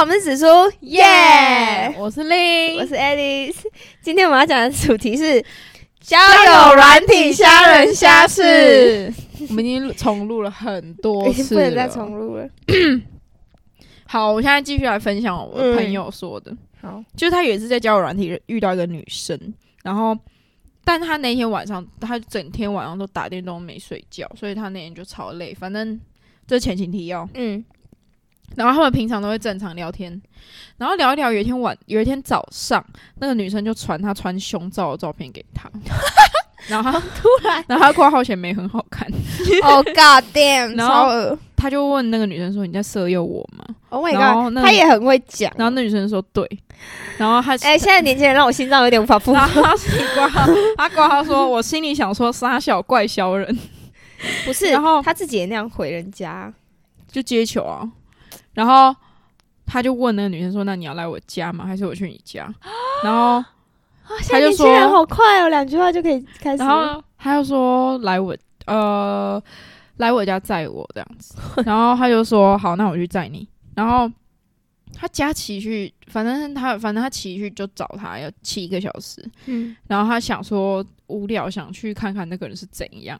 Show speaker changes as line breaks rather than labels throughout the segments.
我们是紫苏，耶、
我是令，
我是 Alice，今天我们要讲的主题是交友软体虾人虾事，。
我们已经重录了很多
已经
次
哎不
了，
能再重录了。
好，我现在继续来分享我
嗯
朋友说的，
好，
就是他有一次在交友软体遇到一个女生，然后，但他那天晚上，他整天晚上都打电动没睡觉，所以他那天就超累。反正这前情提要，
嗯，
然后他们平常都会正常聊天，然后聊一聊。有一天晚，有一天早上，那个女生就传她穿胸罩的照片给他，然后他
突然
然后他括号显没很好看，
，Oh God damn，
然后
超恶
他就问那个女生说：“你在色诱我吗
，Oh my
然
God，
后那
他也很会讲？”。
然后那女生说：“对。”然后他
哎、现在年轻人让我心脏有点无法负
然
荷，
后他心里挂号，他挂号说：“我心里想说傻小怪小人，
不是，
然后
他自己也那样回人家，
就接球啊。”然后他就问那个女生说：“那你要来我家吗？还是我去你家？”然后
啊现在年轻人好快哦，两句话就可以开始。
然后他就说来我呃来我家载我这样 子，然后他就说好，那我去载你。然后他家骑去，反正他反正他骑去就找他要骑一个小时，
嗯，
然后他想说无聊，想去看看那个人是怎 样，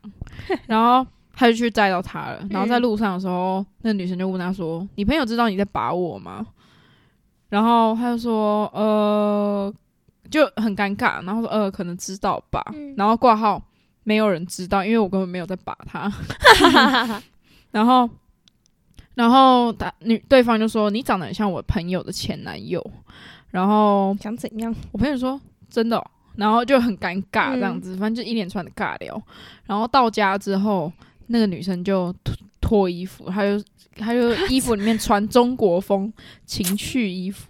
然后他就去载到他了。然后在路上的时候，那女生就问他说：“你朋友知道你在把我吗？”然后他就说：“呃，就很尴尬。”然后说：“呃，可能知道吧。
嗯
然后挂号没有人知道，因为我根本没有在把他。 然后，然后他女对方就说：“你长得很像我朋友的前男友。”然后
想怎样？
我朋友说真的哦、然后就很尴尬这样子，反正就一连串的尬聊。然后到家之后，那个女生就脱脱衣服，她就她就衣服里面穿中国风情趣衣服，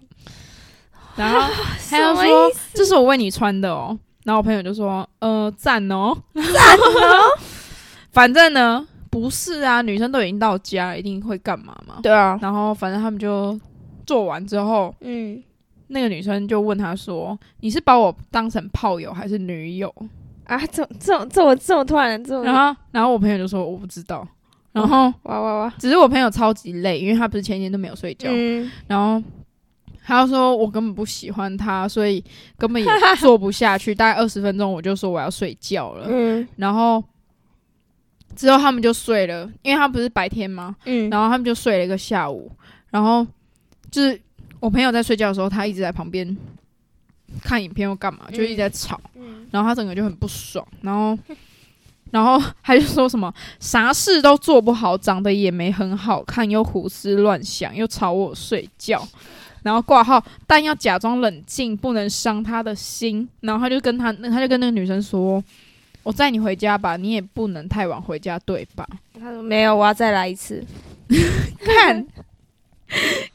然后她就
什么
说这是我为你穿的哦。然后我朋友就说呃赞哦，
哦
反正呢不是啊，女生都已经到家了，一定会干嘛嘛。
对啊，
然后反正他们就做完之后，
嗯，
那个女生就问他说：“你是把我当成炮友还是女友
啊，这这这我这么突然的这？”么，
然后，然后我朋友就说：“我不知道。”然后，
哇哇哇，
只是我朋友超级累，因为他不是前一天都没有睡觉，
嗯，
然后他就说：“我根本不喜欢他，所以根本也做不下去。”大概二十分钟，我就说我要睡觉了。
嗯
然后之后他们就睡了，因为他不是白天吗？
嗯，
然后他们就睡了一个下午，然后就是我朋友在睡觉的时候，他一直在旁边看影片又干嘛，就一直在吵，然后他整个就很不爽，然后然后他就说什么啥事都做不好，长得也没很好看，又胡思乱想，又吵我睡觉。然后挂号，但要假装冷静，不能伤他的心。然后他就跟他，那他就跟那个女生说：“我载你回家吧，你也不能太晚回家，对吧？”
他说没有，我要再来一次。
干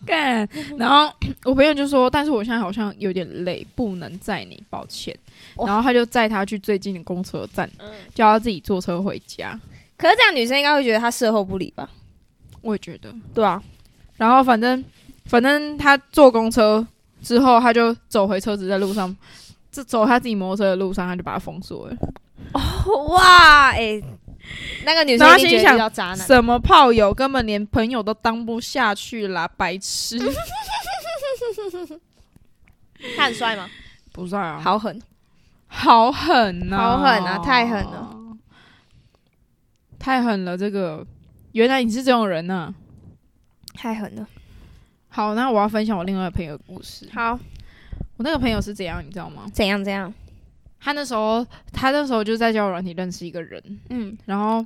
干。然后我朋友就说：“但是我现在好像有点累，不能载你，抱歉。”
哇
然后他就载他去最近的公车站，叫他自己坐车回家。
可是这样女生应该会觉得他事后不理吧？
我也觉得。
对啊，
然后反正反正他坐公车之后，他就走回车子，在路上。这走他自己摩托车的路上，他就把他封锁了。
哇，哎、那个女生
然后
一定
心
觉得
想
遇到渣男，
什么炮友，根本连朋友都当不下去啦，白痴！
他很帅吗？
不是啊，
好狠，
好狠呐、
好狠啊太狠了，
太狠了！这个原来你是这种人呢、
太狠了。
好，那我要分享我另外一个朋友的故事。
好，
我那个朋友是怎样，你知道吗？
怎样怎样？
他那时候，他那时候就在交友软体认识一个人，
嗯，
然后，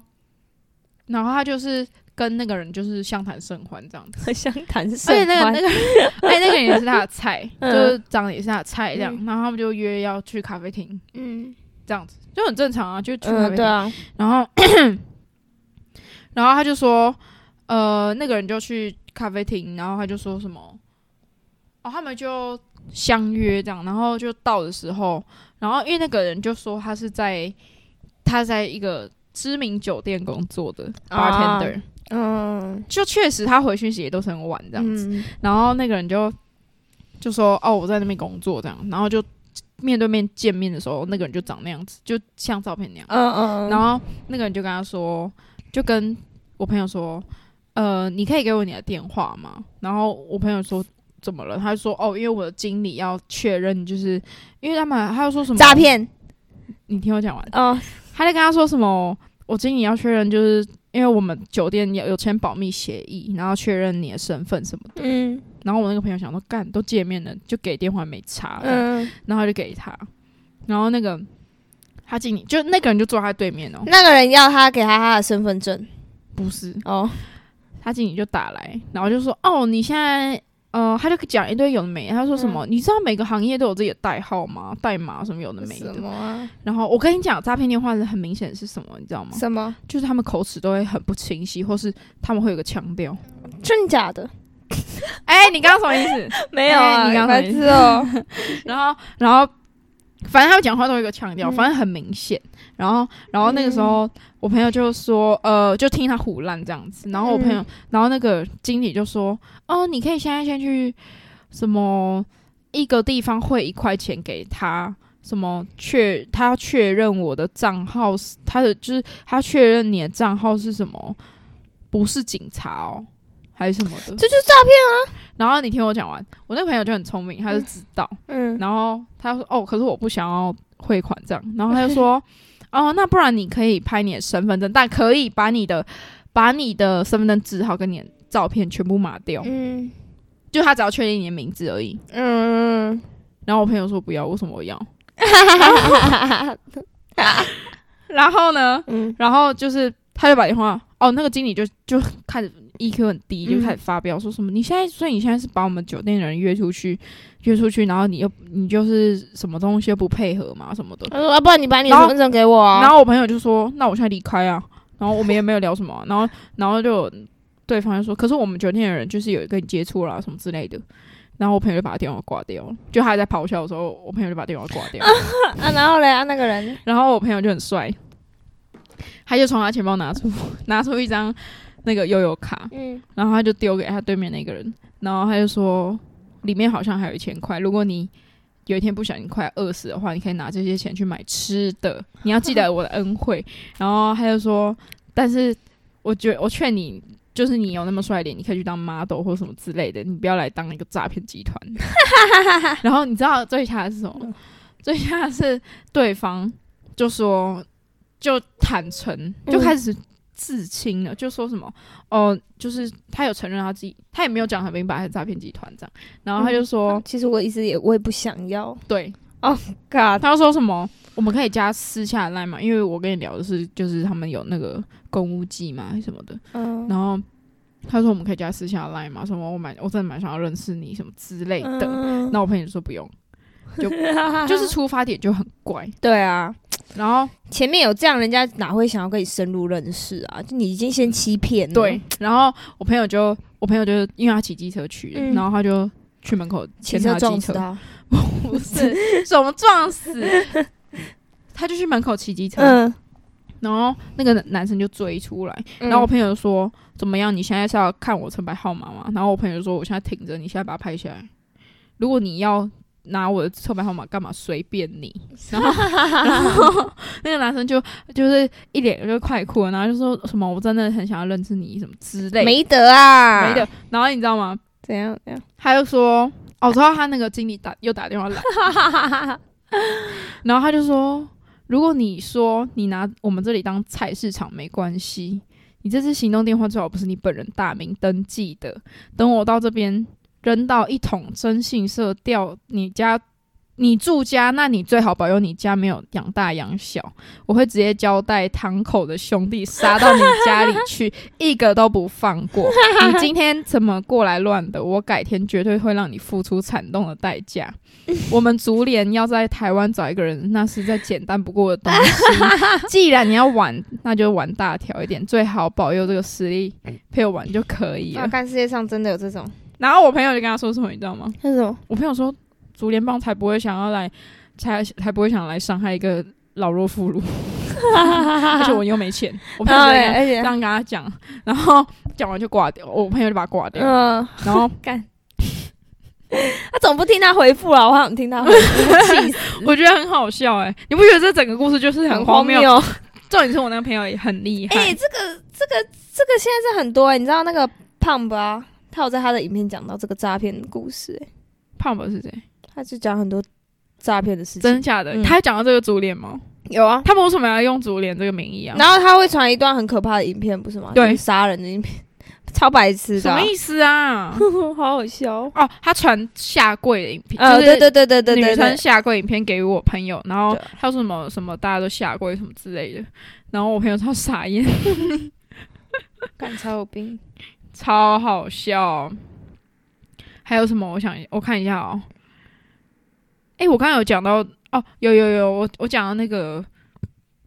然后他就是跟那个人就是相谈甚欢这样子。
很想谈
而且
甚
那个那个， 而且那个人也是他的菜，就
嗯
是长得也是他的菜这样。
嗯
然后他们就约要去咖啡厅
嗯
这样子，就很正常啊，就去咖啡
嗯，
厅。
对啊，
然后， 然后他就说，呃，那个人就去咖啡厅，然后他就说什么，哦，他们就相约这样，然后就到的时候，然后因为那个人就说他是在他在一个知名酒店工作的
啊
bartender，、
嗯，
就确实他回讯息也都是很晚这
这
样子，
子，
然后那个人就就说：“哦，我在那边工作这样。”然后就面对面见面的时候，那个人就长那样子，就像照片那样。
嗯嗯，
然
后
后那个人就跟他说，就跟我朋友说：“呃，你可以给我你的电话吗？”然后我朋友说：“怎么了？”他就说：“哦，因为我的经理要确认，就是因为他们他又说什么
诈。骗
你听我讲完，
哦，
他在跟他说什么？我经理要确认，就是因为我们酒店有有签保密协议，然后确认你的身份什么的。
嗯
然后我那个朋友想说，干都见面了，就给电话没差。
嗯，
然后他就给他，然后那个他经理就那个人就坐他对面哦，
那个人要他给他他的身份证
不是
哦，
他经理就打来，然后就说哦，你现在。呃，他就讲一堆有的没的，他说什么？你知道每个行业都有自己的代号吗？代码什么有的没的。
啊？
然后我跟你讲，诈骗电话是很明显是什么，你知道吗？
什么？
就是他们口齿都会很不清晰，或是他们会有个腔调。
真假的？
哎、你刚刚什么意思？
没啊
哎你刚才
白痴 哦。
然后，然后，反正他们讲话都有一个腔调，
嗯
反正很明显。然后，然后那个时候，我朋友就说，呃，就听他胡乱这样子。然后我朋友，
嗯
然后那个经理就说，哦，你可以现在先去什么一个地方汇一块钱给他。什么确他要确认我的账号是他的就是他确认你的账号是什么，不是警察哦，还是什么的，
这就是诈骗。啊
然后你听我讲完，我那个朋友就很聪明，他就知道，
嗯，
然后他说：“哦，可是我不想要汇款这样。”然后他就说：“ 哦，那不然你可以拍你的身份证，但可以把你的把你的身份证字号跟你的照片全部码掉，
嗯
就他只要确定你的名字而已。
嗯，”
然后我朋友说：“不要，为什么我要
嗯？”
然后呢，
嗯
然后就是他就把电话，哦，那个经理就就开始 EQ 很低，就
嗯
开始发飙，说什么你现在，所以你现在是把我们酒店的人约出去，约出去，然后你又你就是什么东西又不配合嘛什么的。
他说，啊不然你把你的身份证给我
然
啊。
后我朋友就说，那我现在离开啊。然后我们也没有聊什么啊、然后然后就对方就说，可是我们酒店的人就是有跟你接触啦、什么之类的。然后我朋友就把电话挂掉了，就他还在咆哮的时候，我朋友就把电话挂掉了。
啊，然后嘞，啊那个人，
然后我朋友就很帅，他就从他钱包拿出 拿出一张那个悠游卡，
嗯，
然后他就丢给他对面那个人，然后他就说里面好像还有一千块，如果你有一天不小心快饿死的话，你可以拿这些钱去买吃的，你要记得我的恩惠。 然后他就说，但是我觉我劝你。就是你有那么帅脸，你可以去当 model 或什么之类的，你不要来当一个诈骗集团。然后你知道最吓的是什么吗？最吓的是对方就说，就坦诚，就开始自清了，就说什么哦，就是他有承认他自己，他也没有讲很明白他是诈骗集团这样。然后
嗯
他就说，
哦其实我一直也我也不想要。
对，
God，
他就说什么我们可以加私下的 line 嘛，因为我跟你聊的是就是他们有那个公务季嘛还是什么的，
嗯
然后。他说我们可以加私下的 line 嘛，什么我蛮我真的蛮想要认识你什么之类的。
嗯
那我朋友就说不 用，就是出发点就很怪。
对啊，
然后
前面有这样，人家哪会想要跟你深入认识啊？就你已经先欺骗了。
对，，然后我朋友就我朋友就因为他骑机车去的，
嗯
然后他就去门口
骑
牵他
车
的
撞
机
死
车，
他。
不是什么撞死，他就去门口骑机车，
嗯，
然后那个男生就追出来，
然
然后我朋友就说怎么样？你现在是要看我车牌号码吗？然后我朋友就说我现在停着，你现在把它拍下来。如果你要拿我的车牌号码干嘛？随便你。然后，然后那个男生就就是一脸就快哭了，然后就说什么我真的很想要认识你什么之类的
没得啊，
没的。然后你知道吗？
怎样怎样？
他就说，哦，我知道他那个经理打又打电话来，然后他就说，如果你说你拿我们这里当菜市场没关系，你这次行动电话最好不是你本人大名登记的，等我到这边扔到一桶征信社调你家。你住家，那你最好保佑你家没有养大养小。我会直接交代堂口的兄弟杀到你家里去，一个都不放过。你今天怎么过来乱的？我改天绝对会让你付出惨痛的代价。我们竹联要在台湾找一个人，那是再简单不过的东西。既然你要玩，那就玩大条一点，最好保佑这个实力陪我玩就 可以
啊，
了。
看世界上真的有这种，
然后我朋友就跟他说什么，你知道吗？
那种
我朋友说，竹联帮才不会想要来，才才不会想来伤害一个老弱妇孺， 而且我又没钱。我朋友就这
啊对，哎
样
而且
这样跟他讲，然后讲完就挂掉，我朋友就把他挂掉，
嗯，
然后
干。 他总不听他回复啊，我好想听他回复， 气死，
我觉得很好笑哎、你不觉得这整个故事就是很荒谬？。重点是我那个朋友也很厉害，
哎，这个这个这个现在是很多哎，你知道那个 Pump 啊，他有在他的影片讲到这个诈骗的故事、欸，
胖宝是谁？
他就讲很多诈骗的事
真
情，
假的？
嗯
他有讲到这个竹联吗？
有啊。
他们为什么要用竹联这个名义啊？
然后他会传一段很可怕的影片，不是吗？
对
就是杀人的影片，超白痴
什
的啊、
么意思啊？
好好笑哦。
哦，他传下跪的影片，
呃，
就
对
是
对对对对
女
对
生
对，
下跪影片给我朋友，然后
对
他说什么什么大家都下跪什么之类的，然后我朋友超傻眼，
干超有病。
超好笑。还有什么？我想我看一下哦。诶，我刚刚有讲到哦，有有有，我我讲到那个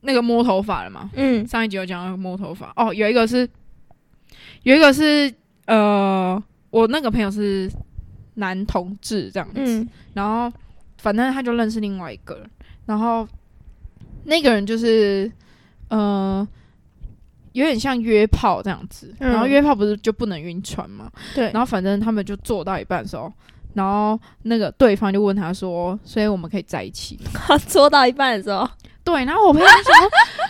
那个摸头发了嘛？
嗯，
上一集有讲到摸头发哦，有一个是有一个是呃，我那个朋友是男同志这样子，
嗯
然后反正他就认识另外一个人，然后那个人就是呃，有点像约炮这样子，
嗯
然后约炮不是就不能晕船嘛，
对
然后反正他们就做到一半的时候。然后那个对方就问他说：“所以我们可以在一起吗
他做到一半的时候，？”
对，然后我朋友就 想说，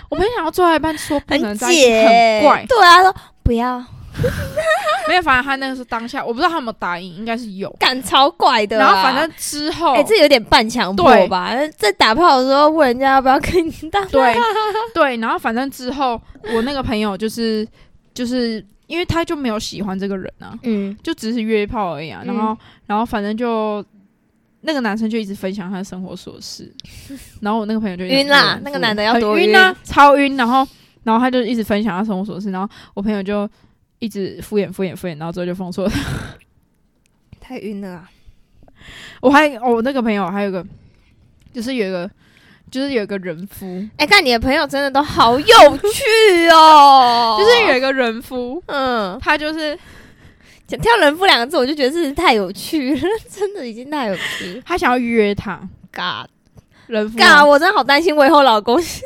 我朋友想要做到一半说不能在一起，
解，
很怪。
对啊，他说不要，
没有，反正他那个是当下，我不知道他有没有答应，应该是有。
干超怪的啊。
然后反正之后，
哎、这有点半强迫
哦对
吧？在打炮的时候问人家要不要跟你打，
对对，然后反正之后，我那个朋友就是就是因为他就没有喜欢这个人啊，
嗯，
就只是约炮而已啊。
嗯
然后、然后反正就那个男生就一直分享他的生活琐 事，然后我那个朋友就
晕啦那个男的要多
晕
晕
啊，超晕。然后然后他就一直分享他生活琐事，然后我朋友就一直敷衍敷衍敷衍，然后最后就封锁了
太晕了啊！
我还哦，我那个朋友还有一个，就是有一个，就是有一个人夫，
哎、看你的朋友真的都好有趣哦，
就是有一个人夫，
嗯，
他就是
讲跳人夫两个字，我就觉得是太有趣了， 真的已经太有趣了。
他想要约他，
God，
人夫啊
干，我真的好担心我以后老公 是。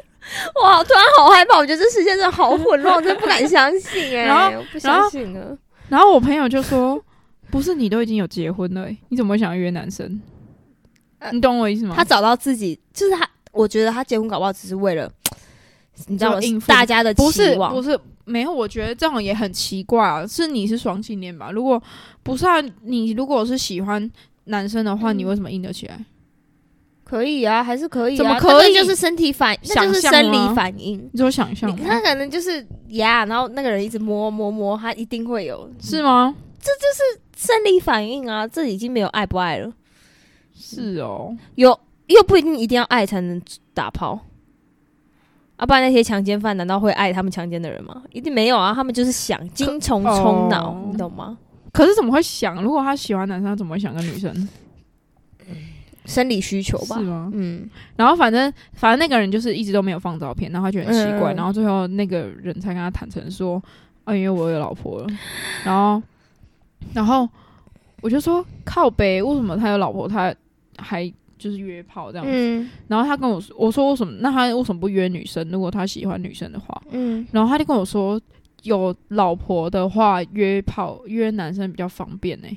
哇！突然好害怕，我觉得这世界真的好混 乱，我真的不敢相信哎、
然后
我不
然
相
后
信了。
然后我朋友就说：“ 不是你都已经有结婚了欸、你怎么会想要约男生？
呃
你懂我意思吗？”
他找到自己，就是他，我觉得他结婚搞不好只是为了，你知道吗
就应付
大家的
不
期
是
望
不是没有，我觉得这种也很奇怪啊。是你是双性恋吧？如果不是啊，你如果是喜欢男生的话，
嗯
你为什么硬得起来？
可以啊，还是可以、啊，
怎么
那
可以
个就是身体反，那就是
想象啊
生
嗯吗
理反应。
你只有想象
你
吗
他可能就是呀然后那个人一直摸摸摸，他一定会有
是吗？
嗯生理反应啊，这已经没有爱不爱了，
是哦，
有又不一定一定要爱才能打炮。啊，不然那些强奸犯难道会爱他们强奸的人吗？一定没有啊，他们就是想精虫充脑，
哦
你懂吗？
可是怎么会想？如果他喜欢男生，他怎么会想跟女生？
生理需求吧
是，吗？
嗯，
然后反正反正那个人就是一直都没有放照片，然后他觉得很奇怪，
嗯
然后最后那个人才跟他坦诚说，啊，因为我有老婆了，然后然后我就说靠北，为什么他有老婆，他还就是约炮这样子？
嗯
然后他跟我说，我说为什么？那他为什么不约女生？如果他喜欢女生的话，
嗯，
然后他就跟我说，有老婆的话约炮约男生比较方便呢、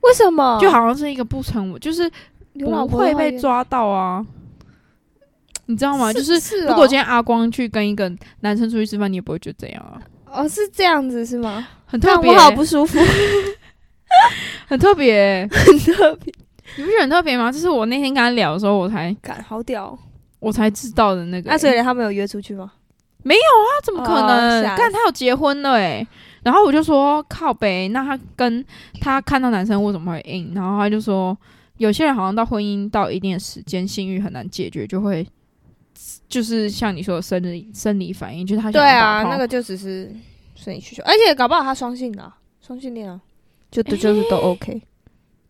为什么
就好像是一个不成文，就是
哦有老
不
婆的
会
话
被
也
抓到啊，你知道吗？就是
是
如果
哦
今天阿光去跟一个男生出去吃饭，你也不会觉得怎样啊，
哦是这样子是吗？
很特
但
别
啊我
欸、
好不舒 服，
很特别欸、
很特别，
你不觉得很特别吗？这是我那天跟他聊的时候，我才
感好屌哦。
我才知道的那个欸、
那啊所以他们有约出去吗？
他怎么可
哦
能？
吓
干、他有结婚了哎、然后我就说靠北，那他跟他看到男生为什么会硬？然后他就说，有些人好像到婚姻到一定的时间，性欲很难解决，就会就是像你说的生理生理反应，就是他想
对啊，
打炮
那个就只是生理需求，而且搞不好他双性的啊、双性恋啊，就都就是都 OK。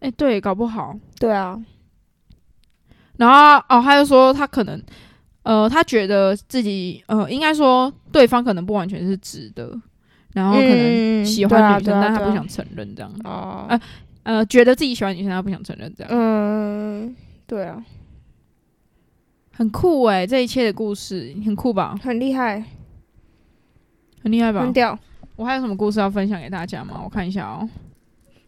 哎、对，搞不好。
对啊，
然后哦，他就说他可能呃，他觉得自己呃，应该说对方可能不完全是直的，然后可能
嗯
喜欢女
对啊对
生，
啊
但他
对啊
不想承认这样。
哦
哎呃，觉得自己喜欢女生，他不想承认这样。
嗯，对啊，
很酷哎、这一切的故事很酷吧？
很厉害，
很厉害吧
很？屌。
我还有什么故事要分享给大家吗？我看一下哦、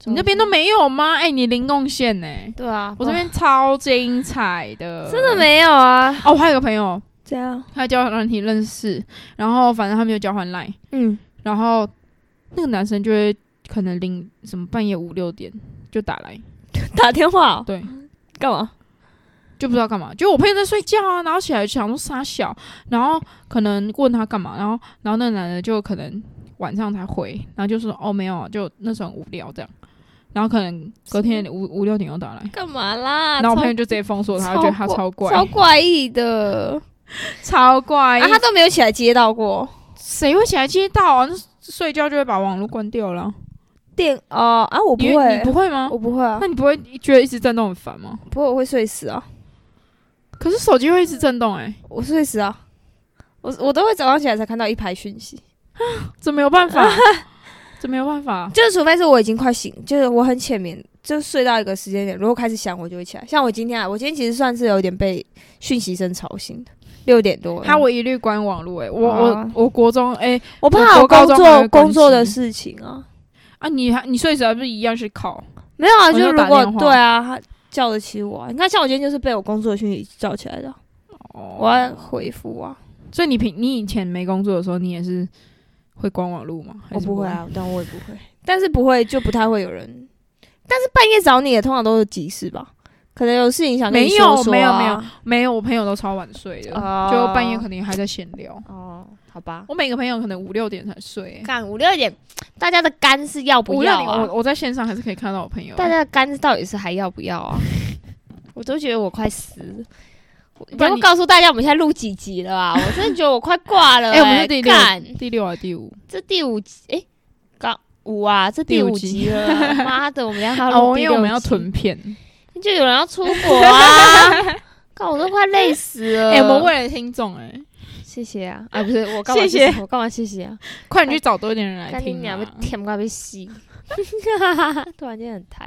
你
你那边都没有吗？哎、你零贡献呢？
对啊，
我这边超精彩的，
真的没有啊？
哦。我还有个朋友，
这样，
他交友软体认识，然后反正他们就交换 line，
嗯，
然后那个男生就会可能零什么半夜五六点就打来，
打电话哦
对，
干嘛？
就不知道干嘛。就我朋友在睡觉啊，然后起来想说傻小，然后可能问他干嘛，然后然后那男的就可能晚上才回，然后就说哦没有啊，就那时候很无聊这样，然后可能隔天五五六点又打来，
干嘛啦？
然
啊超
后我朋友就直接封锁他，觉得他
超
超怪，
超怪异的，
超怪
啊，他都没有起来接到过
谁会起来接到啊？那睡觉就会把网络关掉了啊，
电哦啊，我不
因为你
会
不，会吗？
我不会啊
那，你不会觉得一直震动很烦吗？
不会我会睡死啊，
可是手机会一直震动、欸，
我睡死啊，我我都会早上起来才看到一排讯息，
这没有办 法，这没有办法。
就是除非是我已经快醒，就是我很浅眠，就睡到一个时间点，如果开始想我就会起来，像我今天啊，我今天其实算是有点被讯息声吵醒的，六点多了，
他我一律关网络，哎，我我
啊
我国中，哎、
我怕
我
我
高
工
中还
作
会关
工作的
机
事情啊，
啊你，还你睡死还不是一样是考？
没有啊，
哦
就
你有
如
打
果
电话
对啊，他叫得起我、啊，你看像我今天就是被我工作的讯息叫起来的啊，我
哦，
要回复啊。
所以你平你以前没工作的时候，你也是会关网络吗？还
我
是
不会啊，但我也不会，但是不会就不太会有人，但是半夜找你也通常都是急事吧，可能有事情想跟你
没
说
有
说
没有
啊
没有没有，我朋友都超晚睡的，
哦
就半夜可能还在闲聊。
哦，好吧，
我每个朋友可能五六点才睡、欸，
干五六点，大家的肝是要
五
不
六
要
点
啊？
我我在线上还是可以看到我朋友、啊
大家的肝到底是还要不要啊？我都觉得我快死了。我
不然
要
你
不告诉大家我们现在录几集了啊？我真的觉得我快挂了、 欸
哎我们是第六
干
第六还是第五？
这第五集，哎、刚五啊，这第
第五
五
集
集 了，啊妈的，我们要还要录
哦，
第
因为我
六
们要
集，
囤片。
就有人要出国 啊，看我都快累死了。
哎、我们为了听众，哎，
谢谢啊，啊不是我干嘛
谢谢
我干嘛谢谢啊？
快点去找多一点人来
干你
听
娘
啊
被！舔瓜被吸， 突然间很抬。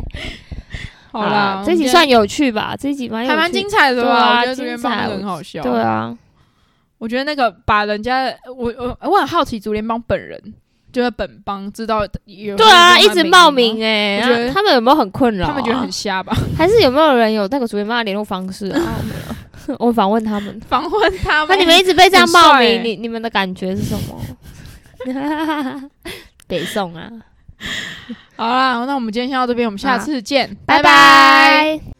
好啦，
这一集算有趣吧？这一集蛮有趣
还蛮哦精彩的吧？
对啊
我觉得竹联
精
帮
彩
真的很好笑。
对，啊，
我觉得那个把人家，我我我很好奇竹联帮本人，就是本帮知道有
对啊，一
有他
直
名
冒
吗
名，哎、
我觉得
啊他们有没有很困扰啊、
他们觉得很瞎吧？
还是有没有人有那个主编妈的联络方式 啊？我访问他们。
访问他
那
们，
你们一直被这样冒
很帅欸
名，你你们的感觉是什 么？北宋啊，
好啦，那我们今天先到这边，我们下次见，
啊拜拜。